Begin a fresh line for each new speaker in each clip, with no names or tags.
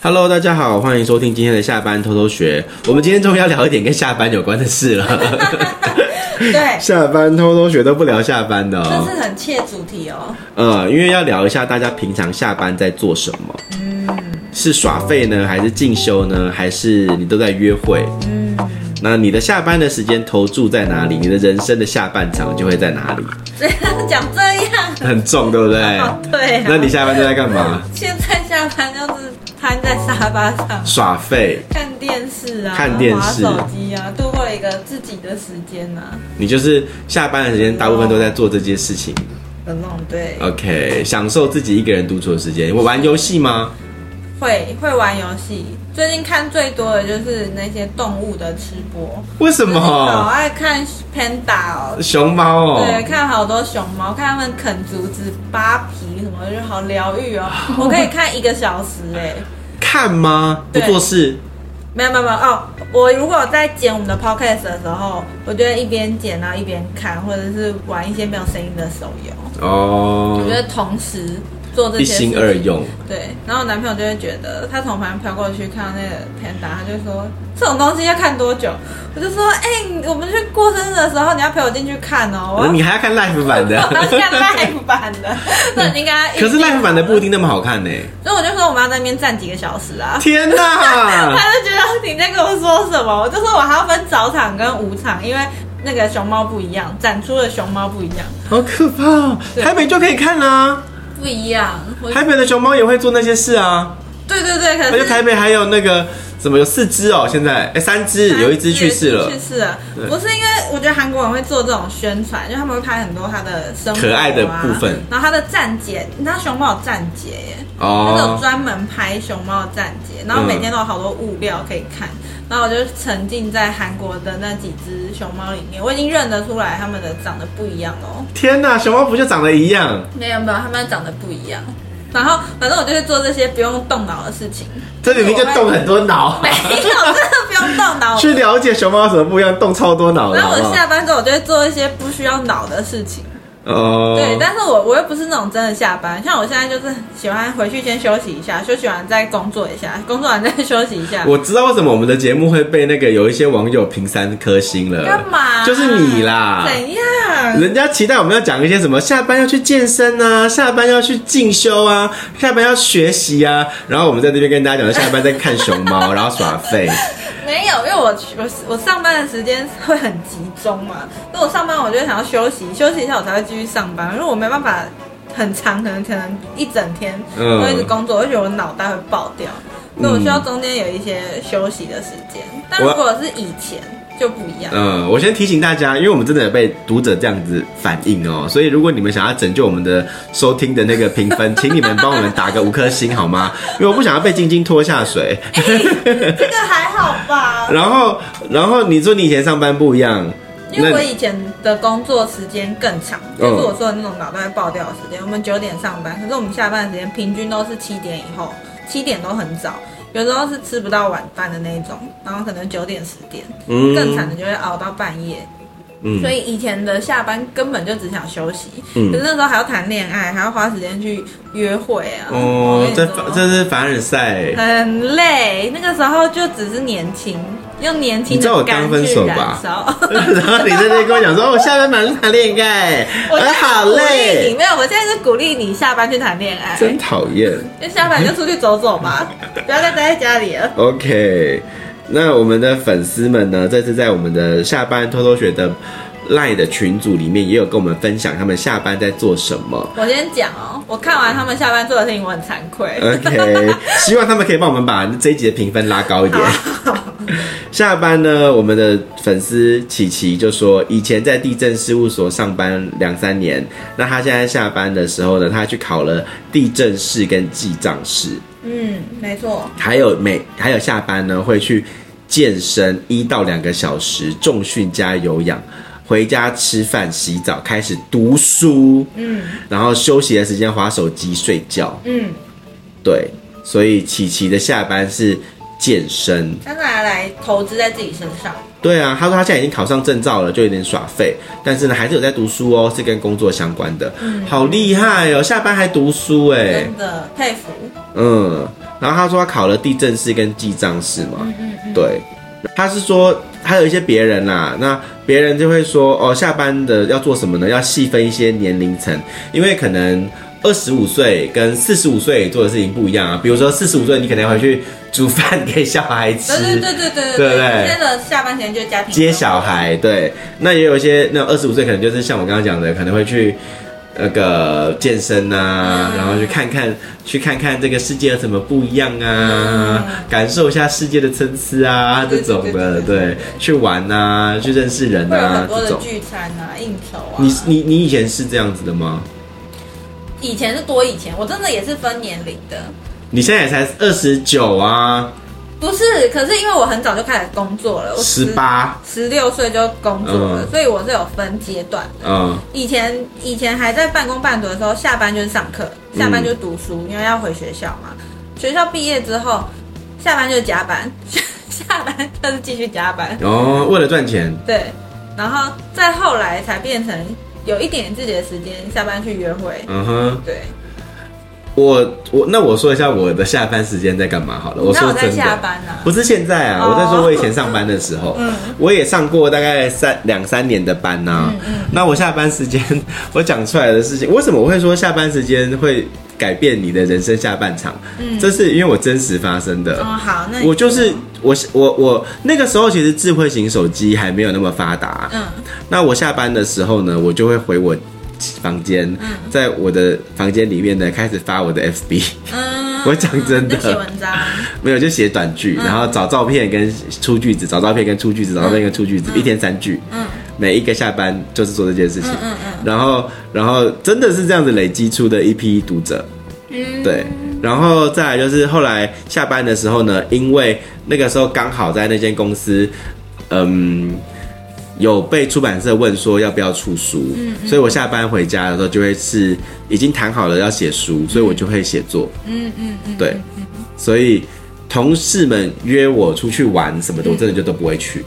Hello，大家好，欢迎收听今天的下班偷偷学。我们今天终于要聊一点跟下班有关的事了。
对，
下班偷偷学都不聊下班的
这
哦。
是很切主题哦。
呃，因为要聊一下大家平常下班在做什么。
嗯
是耍废呢，还是进修呢，还是你都在约会？
嗯，
那你的下班的时间投注在哪里？你的人生的下半场就会在哪里？
这样讲这样，
很重，对不对？
哦 对啊
哎那你下班都在干嘛？
现在下班就是瘫在沙发上
耍废，
看电视啊，
看电视
滑手机啊，度过了一个自己的时间啊。
你就是下班的时间大部分都在做这件事情。
的那种嗯对，
OK，享受自己一个人独处的时间。我玩游戏吗？
会会玩游戏。最近看最多的就是那些动物的吃播，
为什
就是好
么？
爱看 panda 哦，
熊猫
啊
哦，
对，看好多熊猫，看它们啃竹子、扒皮什么，就好疗愈哦。我可以看一个小时哎、
看吗？不
对
做事。
没有没有没有哦，我如果在剪我们的 podcast 的时候，我就会一边剪然后一边看，或者是玩一些没有声音的手游。
哦
我觉，得同时做这
一
些事情
心二。用。
对，然后我男朋友就会觉得，他从旁边飘过去看到那个 panda，他就说这种东西要看多久？我就说，哎、我们去过生日的时候，你要陪我进去 看哦。我要
你还要看 live 版的
我？当下 live 版的，那你应该。
可是 live 版的不一，定那么好 看呢。
所以我就说我们要在那边站几个小时啊。
天 哪！
他就觉得你在跟我说什么，我就说我还要分早场跟午场，因为那个熊猫不一样，展出的熊猫不一样，
好可怕哦！
对
台北就可以看啊，
不一样。我
台北的熊猫也会做那些事啊。
对对对，可
而且
是
台北还有那个什么，有四只哦，现在哎三只，有一只去世了
去。世了，不是因为我觉得韩国人会做这种宣传，就他们会拍很多他的生活、啊、
可爱的部分，
然后他的站姐，你知道熊猫有站姐耶，它是有
哦，嗯
专门拍熊猫的站姐，然后每天都有好多物料可以看，然后我就沉浸在韩国的那几只熊猫里面，我已经认得出来它们的长得不一样哦喽。
天哪，熊猫不就长得一样？
没有没有，它们长得不一样。然后反正我就是做这些不用动脑的事情，
这里面就动很多脑
没，有，真的不用动脑。
去了解熊猫有什么不一样，动超多脑的，
然后
好不
哦我
好？
下班之后，我就会做一些不需要脑的事情。
哦，
对，但是我我又不是那种真的下班，像我现在就是喜欢回去先休息一下，休息完再工作一下，工作完再休息一下。
我知道为什么我们的节目会被那个有一些网友评三颗星了，
干嘛？
就是你啦。
怎样？
人家期待我们要讲一些什么，下班要去健身啊，下班要去进修啊，下班要学习啊，然后我们在这边跟大家讲，下班在看熊猫，然后耍废。
没有，因为我去我我上班的时间会很集中嘛，那我上班我就会想要休息，休息一下我才会继续上班，因为我没办法很长，可能可能一整天
嗯
都一直工作，我就觉得我脑袋会爆掉，所以我需要中间有一些休息的时间。但如果是以前就不 一样，
嗯，我先提醒大家，因为我们真的有被读者这样子反映哦，所以如果你们想要拯救我们的收听的那个评分，请你们帮我们打个五颗星好吗？ 因为我不想要被晶晶拖下水。
这个还好吧？
然后，然后你说你以前上班不一样，
因为我以前的工作时间更长，
嗯
就是我说的那种脑袋爆掉的时间。我们九点上班，可是我们下班的时间平均都是七点以后，七点都很早，有时候是吃不到晚饭的那一种，然后可能九点十点，
嗯
更惨的就会熬到半夜。
嗯
所以以前的下班根本就只想休息，
嗯
可是那时候还要谈恋爱，还要花时间去约会啊。
哦
我，
这
跟你说
这是凡尔赛。
很累，那个时候就只是年轻，用年轻
你知道我
的
刚
肝
分
去
手
燃
吧
烧。
然后你在那边跟我讲说，哦我下班马上谈恋爱，
我现在
啊好
是鼓励你
累，
没有，我现在是鼓励你下班去谈恋爱，
真讨厌。
就下班就出去走走吧，不要再待在家里了。
OK，那我们的粉丝们呢，这次在我们的下班偷偷学的赖的群组里面，也有跟我们分享他们下班在做什么。
我先讲哦，我看完他们下班做的事情，我很惭愧。
呃 OK，希望他们可以帮我们把这一集的评分拉高一点。
好
下班呢，我们的粉丝琪琪就说，以前在地震事务所上班两三年，那他现在下班的时候呢，他去考了地震室跟记账室，
嗯，没错，
还有每还有下班呢会去健身一到两个小时，重训加有氧。回家吃饭、洗澡，开始读书，
嗯
然后休息的时间划手机、睡觉。
嗯，
对，所以琪琪的下班是健身，
他拿来投资在自己身上，
对啊，他说他现在已经考上证照了，就有点耍废，但是呢，还是有在读书哦，是跟工作相关的，好厉害哦，下班还读书哎，
真的佩服。
嗯，然后他说他考了地震师跟记账师嘛，
嗯
对，他是说还有一些别人啦、那别人就会说哦，下班的要做什么呢？要细分一些年龄层，因为可能二十五岁跟四十五岁做的事情不一样啊。比如说四十五岁，你可能回去煮饭给小孩吃，
对对对对
对
对对
不对啊
有些的下班时间就是家庭
接小孩，对，那也有一些那二十五岁可能就是像我刚刚讲的，可能会去那个健身啊，
嗯
然后去看看去看看这个世界有什么不一样啊，感受一下世界的参差啊这
对对
种的，
对对对
对，去玩啊，去认识人
会有很
啊
多
这
的
种。
聚餐啊、应酬啊。
你你你以前是这样子的吗？
以前是多以前，我真的也是分年龄的，
你现在也才二十九啊，
不是，可是因为我很早就开始工作了，我
十八，
十六岁就工作了，
嗯
所以我是有分阶段。
嗯
以前以前还在半工半读的时候，下班就是上课，
嗯
下班就读书，因为要回学校嘛。学校毕业之后，下班就是加班， 下班就是继续加班。
哦，为了赚钱，
对，然后再后来才变成有一点自己的时间，下班去约会。
嗯哼。
对，
我我那我说一下我的下班时间在干嘛好了。我
那
说
我
真
在
的，
下班哦嗯呢、
不是现在啊，
哦
我在说我以前上班的时候，我也上过大概三两三年的班呐、
嗯
那我下班时间， 我讲出来的事情，为什么我会说下班时间会改变你的人生下半场？这是因为我真实发生的。
嗯哦，好，那你
呃我就是我我我那个时候其实智慧型手机还没有那么发达，
嗯
那我下班的时候呢，我就会回我房间，
嗯
在我的房间里面呢开始发我的 FB。
嗯，
我讲真的
就写文章，
没有，就写短句，
嗯
然后找照片跟出句子，找照片跟出句子，找照片跟出句子，一天三句。
嗯
每一个下班就是做这件事情，
嗯嗯
然后，然后真的是这样子累积出的一批读者，
嗯，
对。然后再来就是后来下班的时候呢，因为那个时候刚好在那间公司，嗯，有被出版社问说要不要出书，
嗯
所以我下班回家的时候就会是已经谈好了要写书，所以我就会写作，
嗯嗯嗯，
对，所以同事们约我出去玩什么的，我真的就都不会去。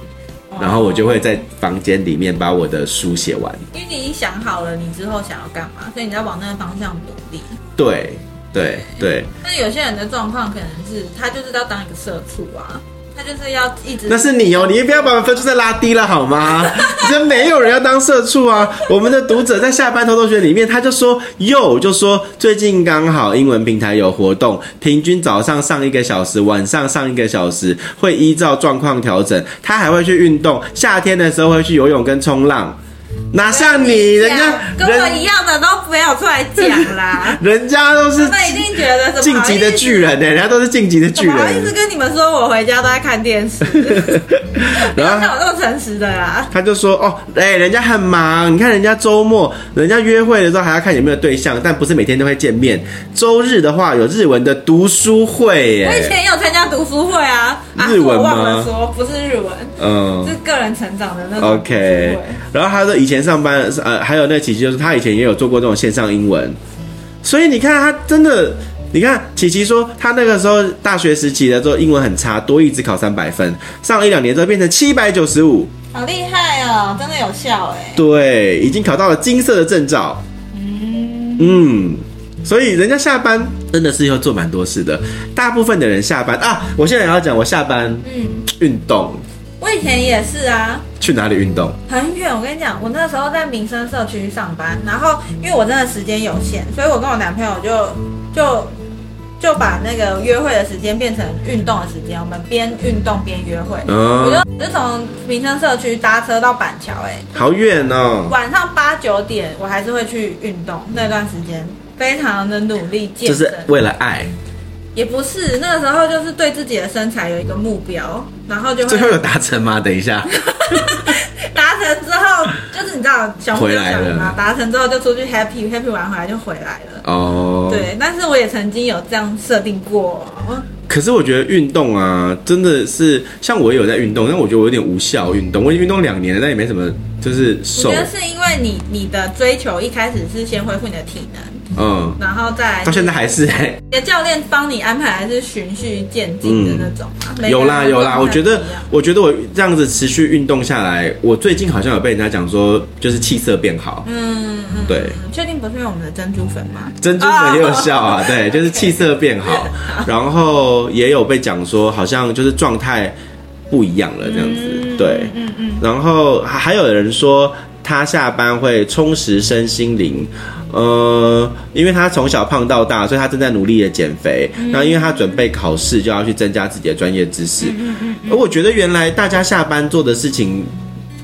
然后我就会在房间里面把我的书写完。
因为你已经想好了你之后想要干嘛，所以你要往那个方向努力。
对，对，对，
但是有些人的状况可能是他就是要当一个社畜啊，他就是要一直
那是你哦，你不要把分数再拉低了好 吗？真没有人要当社畜啊！我们的读者在下班偷偷学里面，他就说哟，就说最近刚好英文平台有活动，平均早上上一个小时，晚上上一个小时，会依照状况调整。他还会去运动，夏天的时候会去游泳跟冲浪。哪像你，人家
跟我
人。
一样的都没有出来讲啦
人家都是
他们一定觉得什么
晋
哎
级的巨人欸呢、人家都是晋级的巨
不好意思
人。
跟你们说，我回家都在看电视， 不
然
要
后
像我那么诚实的啊啦。
他就说：“哦，哎、人家很忙，你看人家周末，人家约会的时候还要看有没有对象，但不是每天都会见面。周日的话有日文的读书会耶、
我以前也有参加读书会啊，啊，
日文
我
吗
忘了说，不是日文，
嗯
是个人成长的那种读书
，OK
会。。
然后他说以前上班，呃，还有那琪琪，就是他以前也有做过这种线上英文，所以你看他真的。”你看，琪琪说他那个时候大学时期的时候英文很差，多一只考三百分，上了一两年之后变成七百九十五，
好厉害哦，真的有效哎、
对，已经考到了金色的证照。嗯，所以人家下班真的是要做蛮多事的。大部分的人下班啊，我现在也要讲，我下班
嗯，
运动
我以前也是啊，
去哪里运动？
很远。我跟你讲，我那时候在民生社区上班，然后因为我真的时间有限，所以我跟我男朋友就就就把那个约会的时间变成运动的时间，我们边运动边约会。我
嗯，
就我就从民生社区搭车到板桥、哎，
好远哦，
晚上八九点我还是会去运动，那段时间非常的努力健
就
身。
是为了爱，
也不是，那个时候就是对自己的身材有一个目标，然后就
最后
会
有达成吗？等一下，
达成之后，就是你知道小目
回
标
来
小目标
了，
达成之后就出去 happy happy 完回来就回来了。
哦，，
对，但是我也曾经有这样设定过，
可是我觉得运动啊，真的是像我也有在运动，但我觉得我有点无效运动，我已经运动两年了，但也没什么就是
我
瘦
觉。得是因为你你的追求一开始是先恢复你的体能，
嗯，
然后再来
到现在还是哎、
你的教练帮你安排还是循序渐进的那种啊？每个人
嗯有啦有啦，
状态
我觉得
不一样
我觉得我这样子持续运动下来，我最近好像有被人家讲说，就是气色变好，
嗯嗯，
对
嗯确定不是因为我们的珍珠粉吗？
珍珠粉也有效啊，对，就是气色变好，然后也有被讲说好像就是状态不一样了这样子，
嗯
对，
嗯嗯，
然后还还有人说他下班会充实身心灵。呃，因为他从小胖到大，所以他正在努力的减肥。
嗯
然后，因为他准备考试，就要去增加自己的专业知
嗯
识。而我觉得原来大家下班做的事情，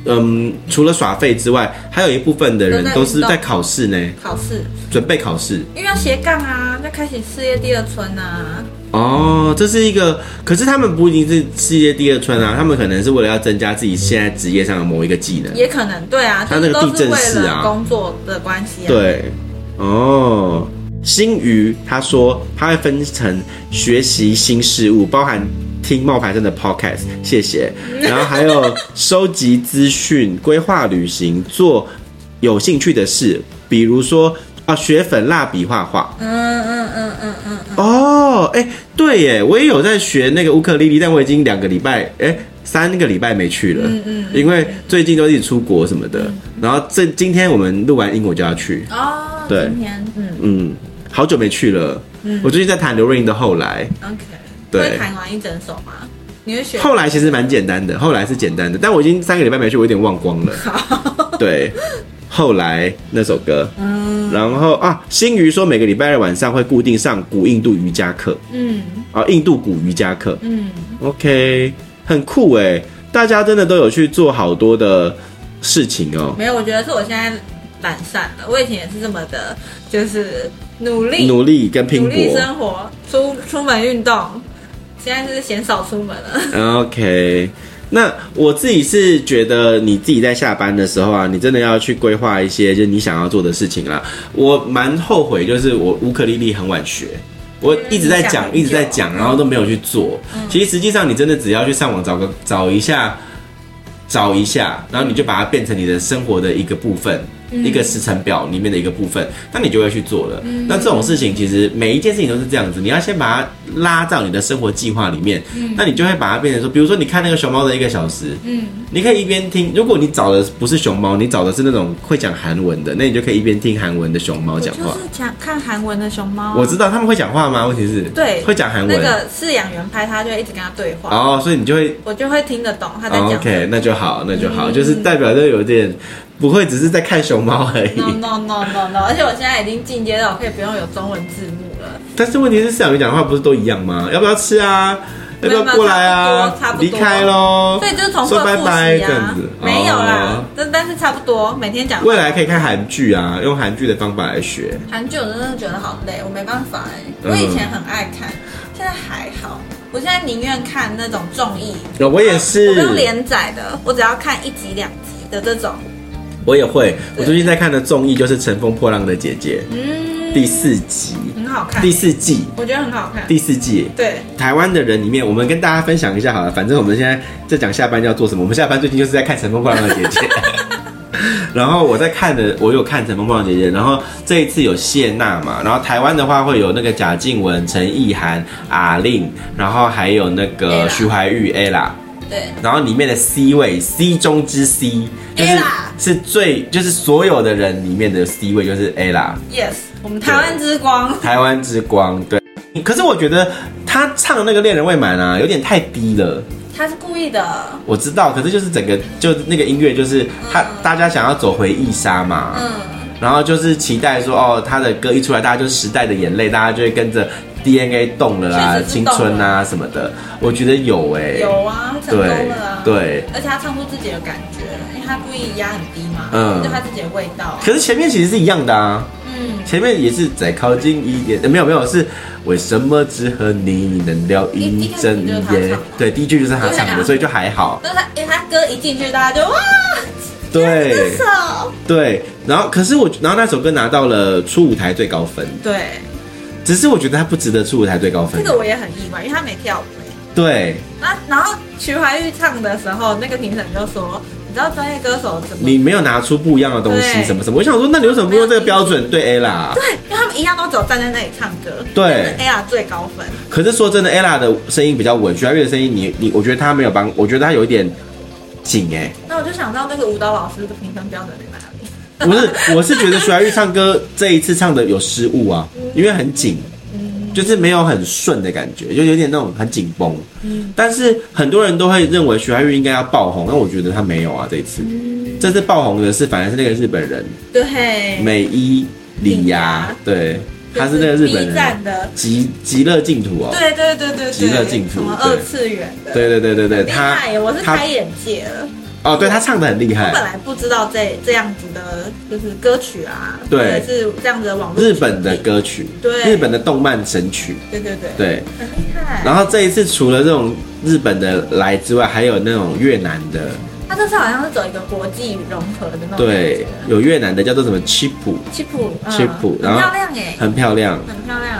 嗯，除了耍废之外，还有一部分的人
都在
都是
运动
在考试呢，
考试，
准备考试。
因为要斜杠啊，要开启事业第二春啊，
哦，这是一个，可是他们不一定是世界第二春啊，他们可能是为了要增加自己现在职业上的某一个技能。
也可能对啊，
他那个
就是都是
地震
为
室啊
了工作的关系啊，，
对，哦，新鱼他说他会分成学习新事物，包含听冒牌生的 podcast，谢谢。然后还有收集资讯、规划旅行、做有兴趣的事，比如说啊学粉蜡笔画画。
嗯嗯嗯嗯嗯嗯，
哦，哎、对耶，我也有在学那个乌克丽丽，但我已经两个礼拜，哎、三个礼拜没去了，
嗯嗯
因为最近都一直出国什么的。然后这今天我们录完音我就要去，
哦，
对
今天嗯
嗯，好久没去了。我最近在弹刘若英的《后来
OK，
对
会弹完一整首吗？你会》，学
后来其实蛮简单的，后来是简单的，但我已经三个礼拜没去，我有点忘光了。
好？
对，后来那首歌，
嗯
然后啊，新鱼说每个礼拜二晚上会固定上古印度瑜伽课
嗯
啊，印度古瑜伽课
嗯，
，OK，很酷哎，大家真的都有去做好多的事情哦，
没有，我觉得是我现在懒散了，我以前也是这么的，就是努力
努力跟拼
努力
搏
生活，出出门运动，现在就是嫌少出门 了。
OK，那我自己是觉得你自己在下班的时候啊，你真的要去规划一些就是你想要做的事情啦。我蛮后悔，就是我乌克丽丽很晚学。我一直在讲，
嗯
一直在讲，然后都没有去做。其实实际上，你真的只要去上网找个找一下，找一下，然后你就把它变成你的生活的一个部分，一个时程表里面的一个部分，那你就会去做了。那这种事情其实每一件事情都是这样子，你要先把它拉到你的生活计划里面，那你就会把它变成说，比如说你看那个熊猫的一个小时，
嗯，
你可以一边听。如果你找的不是熊猫，你找的是那种会讲韩文的，那你就可以一边听韩文的熊猫
我
讲
就
话。
是讲看韩文的熊猫啊，
我知道他们会讲话吗？问题是，
对
会讲韩
那
文。
个饲养员拍他，就会一直跟他对话，
哦，所以你就会
我就会听得懂他在
哦
讲。
OK，那就好，那就好，
嗯
就是代表着有点不会只是在看熊猫而已。
No no no no no！而且我现在已经进阶到我可以不用有中文字幕了。
但是问题是，市场鱼讲的话不是都一样吗？要不要吃啊？要不
没有
要过来啊
差？不多
离开喽。
所以就是重复
哦说
的
拜
复
拜
习
这样
啊
子，，
没有啦
哦。，
但、但是差不多，每天讲。
未来可以看韩剧啊，用韩剧的方法来学。
韩剧我真的觉得好累，我没办法哎、
嗯
我以前很爱看，现在还好。我现在宁愿看那种综艺，
哦我也是
我不用连载的，我只要看一集两集的这种。
我也会，我
对
最近在看的综艺就是《乘风破浪的姐姐》
嗯，
第四集，
很好看，
第四季，
我觉得很好看。
第四季。
对，
台湾的人里面，我们跟大家分享一下好了。反正我们现在在讲下班要做什么，我们下班最近就是在看《乘风破浪的姐姐》。然后我在看的，我有看《乘风破浪的姐姐》，然后这一次有谢娜嘛，然后台湾的话会有那个贾静雯、陈意涵、阿令，然后还有那个
Ella
徐怀钰、ella，
对，
然后里面的 C 位，C 中之 C，就是
Ella
是最就是所有的人里面的 C 位就是 ella。
yes，我们台湾之光。
台湾之光，对。可是我觉得他唱的那个《恋人未满》啊，有点太低了。
他是故意的，
我知道，可是就是整个就那个音乐，就是他大家想要走回忆杀嘛，
嗯，
然后就是期待说哦，他的歌一出来，大家就时代的眼泪，大家就会跟着 DNA 动了啊，
确实
青
是动了
春啊什么的。我觉得有哎、
有啊，成功
对
了啊。，
对。
而且他唱出自己的感觉，因为他故意压很低嘛，
嗯
就他自己的味道啊。
可是前面其实是一样的啊，
嗯，
前面也是再靠近一点，呃没有没有，是为什么只和你能聊一整
第第一开始就是他
夜
唱的？
对，第一句就是他唱
对
的，
啊
所以就还好。
但是他，因为他歌一进去，大家就哇，
对
这首，
对，然后可是我，然后那首歌拿到了初舞台最高分，
对，
只是我觉得它不值得初舞台最高分
这。个我也很意外，因为他没跳舞欸。
对，
那然后徐怀钰唱的时候，那个评审就说：“你知道专业歌手怎么？
你没有拿出不一样的东西，
对
什么什么？我想说，那你为什么不用这个标准对 A 啦？
对，因为他们一样都只有站在那里唱歌，
对
，A R 最高分，
可是说真的，ella 的声音比较稳，徐怀钰的声音你，你我觉得她没有帮，我觉得她有一点紧哎、
那我就想知道那个舞蹈老师的评分标准在哪里？
不是，我是觉得徐怀钰唱歌这一次唱的有失误啊，因为很紧，就是没有很顺的感觉，就有点那种很紧绷。但是很多人都会认为徐怀钰应该要爆红，那我觉得她没有啊，这一次，这次爆红的是反而是那个日本人
对，
美伊里
里
芽
芽，
对，他是那
就
个日本
B
人，
站的，
极极乐净土哦。
对对对对对，
极乐净土
什么
对
二次元的，
对对对对对，
厉
他
害耶，我是
他
开眼界了。
哦，对他唱的很厉
我本
害，
来不知道这这样子的，就是歌曲啊，
对
或者是这样子的网络
日本的歌曲，
对
日本的动漫神曲，
曲，对对对，
对。
很厉害。
然后这一次除了这种日本的来之外，还有那种越南的，
他这次好像是走一个国际融合的那种
对，有越南的叫做什么 chip，
气普
Chip，然
嗯很
后
漂亮哎，
很漂亮，
很漂亮。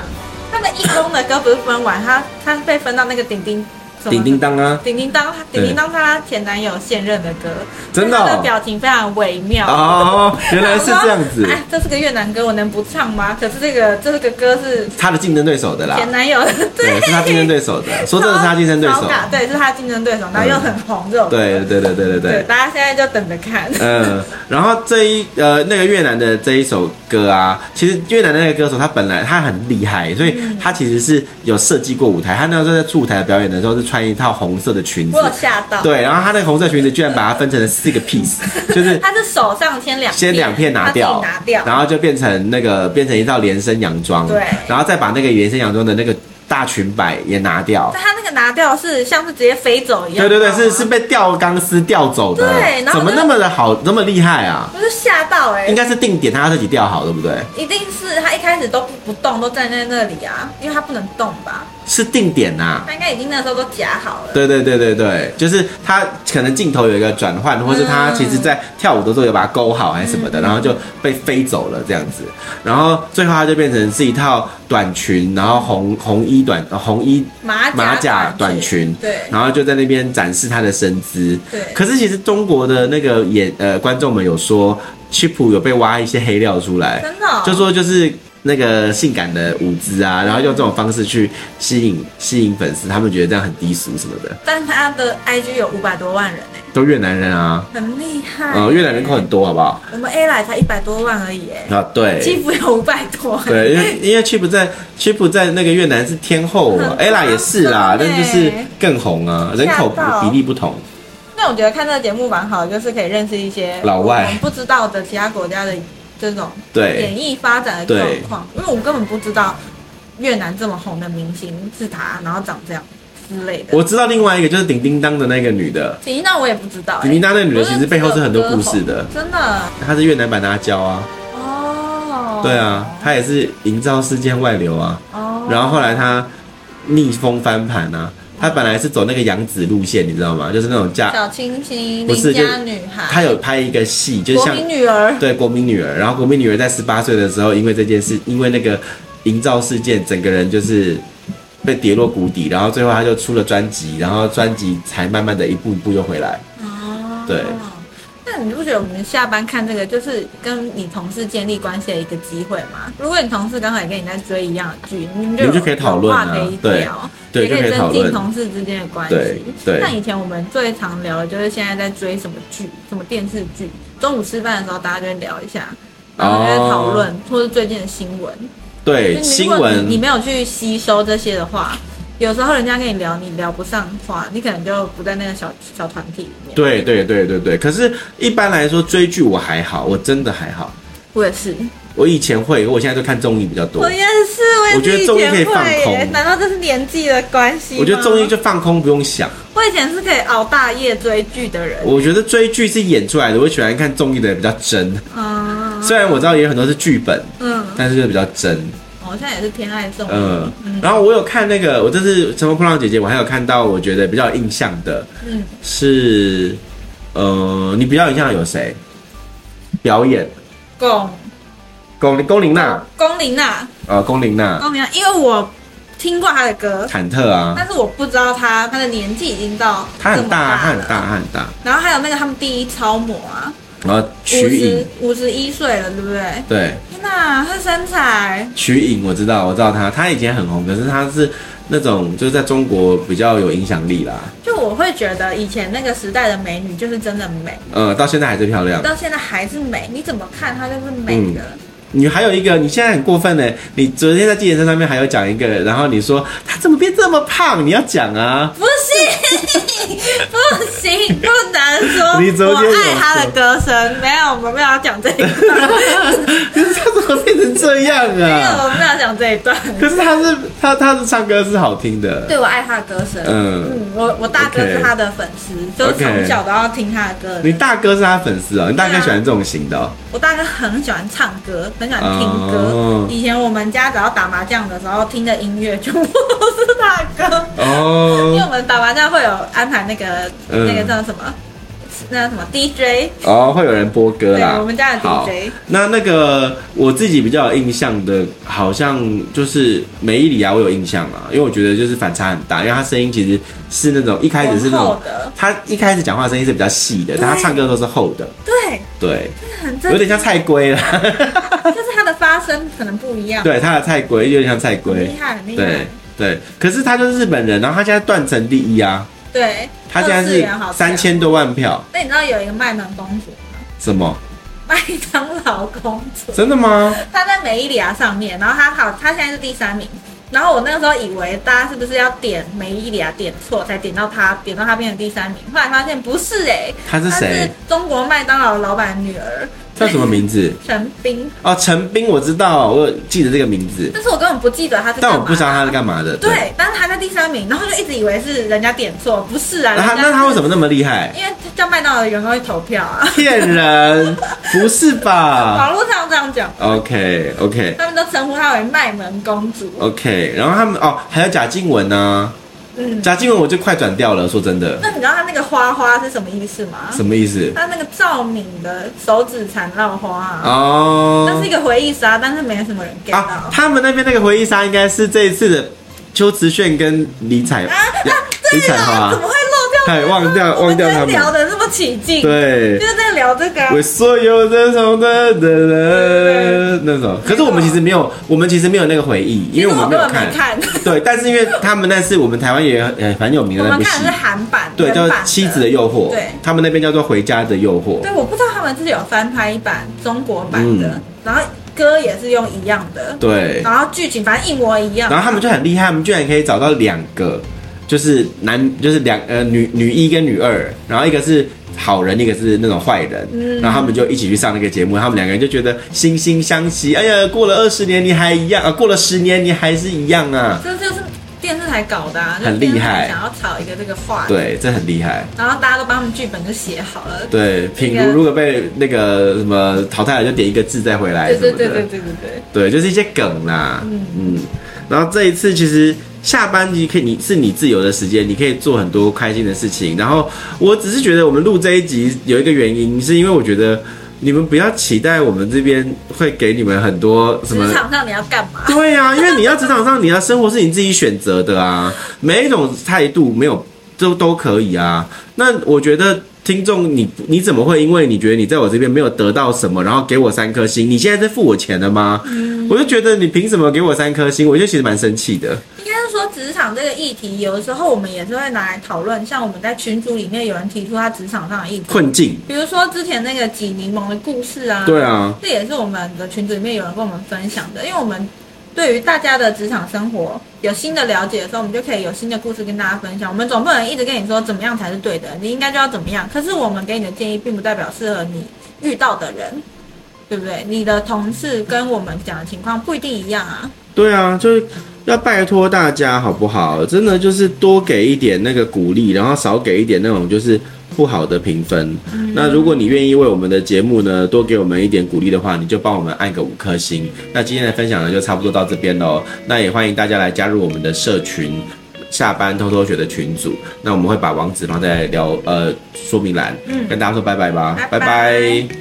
他的义工的歌不是分完，他他被分到那个叮叮什么
叮叮当啊，
叮叮当，叮叮当是他前男友现任的歌，
真的哦
所以他的表情非常惟妙。
哦，原来是这样子
我说，哎，这是个越南歌，我能不唱吗？可是这个这个歌是
他的竞争对手的啦，
前男友，
对，是他竞争对手 的，说真的是他竞争对
超
手，嗯
尬对，是他竞争对手，然后又很红这种，
对对对对对对
对，。大家现在就等着看，
嗯，然后这一呃那个越南的这一首歌啊，其实越南的那个歌手他本来他很厉害，所以
嗯
他其实是有设计过舞台。他那时候在驻舞台表演的时候是穿一套红色的裙子
我，有吓 到，
对，然后他那个红色裙子居然把它分成了四个 piece，就是
他是手上先两
先两片拿
他
掉
自己拿，掉，
然后就变成那个变成一套连身洋装，
对
然后再把那个连身洋装的那个大裙摆也拿掉，
但他那个拿掉是像是直接飞走一样，
对对对，
你知道
是
吗
是，被吊钢丝吊走的
对，然后
怎么
那个
那么的好，那么厉害啊？
我就吓到哎、
应该是定点他自己调好，对不对？
一定是他一开始都不不动，都站在那里啊，因为他不能动吧？
是定点啊呐、
他应该已经那时候都夹好了。
对对对对对，就是他可能镜头有一个转换，或是
嗯
他其实在跳舞的时候有把它勾好还是什么的，然后就被飞走了这样子。然后最后他就变成是一套短裙，然后红红衣短呃红衣
马甲
马甲短裙，
对
然后就在那边展示他的身姿。
对
可是其实中国的那个演呃观众们有说，Chip 有被挖一些黑料出来，
真的哦
就说就是那个性感的舞姿啊，然后用这种方式去吸引吸引粉丝，他们觉得这样很低俗什么的，
但他的 IG 有五百多万人哎、
都越南人啊，
很厉害、欸
呃，越南人口很多，好不好？
我们 A 来才一百多万而已哎、
啊，对。
基辅有五百多、哎
对，因为因为 Chip 在 Chip 在那个越南是天后啊
很
，ella 也是啦，
真
但
的
就是
耶
更红啊，人口
吓到
比例不同。
那我觉得看这个节目蛮好的，就是可以认识一些
老外
我们不知道的其他国家的这种
对
演艺发展的状况，因为我们根本不知道越南这么红的明星是他，然后长这样之类的。
我知道另外一个就是顶叮当的那个女的，
锦衣那我也不知道、欸，
顶叮当那个女的其实背后是很多故事的，
真的
她是越南版的阿娇啊，
哦。
对啊，她也是营造事件外流啊，
哦，
然后后来她逆风翻盘啊，她本来是走那个杨紫路线，你知道吗？就是那种嫁，
小清新、
不是
邻
就
家女孩，
她有拍一个戏，就是
国
像
民女儿，
对国民女儿，然后国民女儿在十八岁的时候，因为这件事，因为那个营造事件，整个人就是被跌落谷底，然后最后她就出了专辑，然后专辑才慢慢的一步一步又回来。
哦，
对。
那你不觉得我们下班看这个就是跟你同事建立关系的一个机会吗？如果你同事刚好也跟你在追一样的剧，你们就
你
有
们就可以讨论啊
有话可以
对
聊，
对
也可
就可以
以
讨
增
论
进同事之间的关系
对。对
那以前我们最常聊的就是现在在追什么剧、什么电视剧，中午吃饭的时候大家就会聊一下。
哦
然后就会讨论或是最近的新闻。
对，
就是
新
如果你
闻
你没有去吸收这些的话，有时候人家跟你聊，你聊不上话，你可能就不在那个小小团体里面。
对对对对对，可是一般来说追剧我还好，我真的还好。
我也是，
我以前会，我现在都看综艺比较多
我。也是，我也
我觉得
是
综艺
以前
可以放
会耶
空
难道这是年纪的关系吗？
我觉得综艺就放空，不用想。
我以前是可以熬大夜追剧的人。
我觉得追剧是演出来的，我喜欢看综艺的人比较真。
嗯
虽然我知道也有很多是剧本，
嗯，
但是就比较真。
我现在也是偏爱这种。
嗯
嗯，
然后我有看那个，我这次《乘风破浪》姐姐，我还有看到我觉得比较有印象的
嗯，
是，呃，你比较有印象的有谁？表演
龚
龚龚琳娜，
龚琳娜，
呃，龚琳娜，
龚琳娜，因为我听过他的歌，
忐忑啊，
但是我不知道他他的年纪已经到
他
这
很
么
大啊，他
大
很
了。
大，他很大。
然后还有那个他们第一超模啊，
然后
五
瞿颖
十，五十一岁了，对不对？
对，
天哪，他身材
瞿颖我知道，我知道他，他以前很红，可是他是那种就是在中国比较有影响力啦，
就我会觉得以前那个时代的美女就是真的美，
呃，到现在还是漂亮。
到现在还是美，你怎么看她就是
嗯
美的。
你还有一个，你现在很过分呢，你昨天在计程车上面还有讲一个，然后你说他怎么变这么胖，你要讲 啊，
不行，不行，不能说
你昨
我
天有
爱她的歌声。没有，我没有要讲这一段，
可是他怎么变成这样
没有，
啊？
我没有要讲这一段。
可是他是他他是唱歌是好听的，
对，我爱她的歌声。
嗯，
嗯，我我大哥
OK
是她的粉丝就是从
OK
小都要听她的歌。
你大哥是他粉丝哦，你大
啊
哥喜欢这种型的、哦，
我大哥很喜欢唱歌，很喜欢听歌。
哦
以前我们家只要打麻将的时候听的音乐全部都是他的歌，因为
哦
我们打麻将会有安排那个、
嗯
那个叫什么，那什么 DJ，
哦，会有人播歌
对
啦，
我们家的
好
DJ。
那那个我自己比较有印象的，好像就是美伊里亚，我有印象啊，因为我觉得就是反差很大，因为她声音其实是那种一开始是那
厚
种，
的，
她一开始讲话声音是比较细的，
对
但她唱歌都是厚的，
对，
对，
很真
有，点像菜龟啦，
就是他的发声可能不一样，
对，她的菜龟有点像菜
很
龟
厉，害，很厉
对
害，
对，可是她就是日本人，然后她现在断层第一啊，
对，
她现在
二次
是
元好
三
强。
千多万票，
那你知道有一个卖萌公主吗？
什么？
麦当劳公主，
真的吗？
她在美伊里亚上面，然后她好，她现在是第三名。然后我那个时候以为大家是不是要点美伊里亚点错，才点到她，点到她变成第三名。后来发现不是哎、
她是
她是
谁？
中国麦当劳老板的女儿
叫什么名字？
陈冰，
哦，陈冰，我知道，我有记得这个名字，
但是我根本不记得她是干
但
嘛。
我不知道他是干嘛的。
对，但是她在第三名，然后就一直以为是人家点错，不是啊。
那他
人家
那他为什
么？
么那么厉害？
因为叫麦当劳的员工会投票啊，
骗 人，不是吧
网络上这样讲，
？OK OK
他们都称呼她为卖萌公主。
OK，然后他们哦，还有贾静雯呢、
嗯，
贾静雯我就快转掉了，说真的，
那你知道她那个花花是什么意思吗？
什么意思？
他那个赵敏的手指缠绕花啊，那、是
哦
一个回忆杀，但是没什么人 get 到。
啊，他们那边那个回忆杀应该是这一次的秋瓷炫跟李彩
啊啊
李
对
彩
了，怎
花，
么会漏掉？
哎，忘掉
我
忘
们今
掉他
天
们，
聊的这么起劲，
对
就。是在聊这个啊、
为所有的痛的的人那种，可是我们其实没有，我们其实没有那个回忆，因为我们没有
其实我
看
根。本没看，
对，但是因为他们那是我们台湾也也蛮有名的
我
那部
们
戏
看，的是韩版，
对，
原
叫
版
《妻子的。诱惑》，
对
他们那边叫做《回家的诱惑》
对，，我不知道他们是有翻拍版中国版的，
嗯
然后歌也是用一样的，
对，
然后剧情反正一模一样。
然后他们就很厉害，他们居然可以找到两个，就是男，就是两呃女女一跟女二，然后一个是好人，一个是那种坏人，
嗯
然后他们就一起去上那个节目，他们两个人就觉得惺惺相惜，哎呀，过了二十年你还一样啊，过了十年你还是一样啊，
这就是电视台搞的、啊，就是
很厉害
电视台想要炒一个这个话题，
对，这很厉害。
然后大家都帮他们剧本就写好了，
对，品
啊
如如果被那个什么淘汰了，就点一个字再回来什
对
么的。
对对对对对对。
对，就是一些梗啦。嗯然后这一次其实下班你可以，你是你自由的时间，你可以做很多开心的事情。然后我只是觉得我们录这一集有一个原因，是因为我觉得你们不要期待我们这边会给你们很多什么
职。场上你要干嘛？
对呀、因为你要职场上，你要生活是你自己选择的啊，每一种态度没有都都可以啊。那我觉得听众，你你怎么会因为你觉得你在我这边没有得到什么，然后给我三颗星？你现在在付我钱的吗？我就觉得你凭什么给我三颗星？我就其实蛮生气的。
应该是说职场这个议题，有的时候我们也是会拿来讨论。像我们在群组里面有人提出他职场上的议题，
困境，
比如说之前那个挤柠檬的故事啊，
对啊，
这也是我们的群组里面有人跟我们分享的。因为我们对于大家的职场生活有新的了解的时候，我们就可以有新的故事跟大家分享。我们总不能一直跟你说怎么样才是对的，你应该就要怎么样。可是我们给你的建议，并不代表适合你遇到的人，对不对？你的同事跟我们讲的情况不一定一样啊。
对啊，就是要拜托大家好不好？真的就是多给一点那个鼓励，然后少给一点那种就是不好的评分。那如果你愿意为我们的节目呢多给我们一点鼓励的话，你就帮我们按个五颗星。那今天的分享呢就差不多到这边喽。那也欢迎大家来加入我们的社群。下班偷偷学的群组，那我们会把网址放在聊呃说明栏，
嗯
跟大家说拜拜吧，拜
拜拜
拜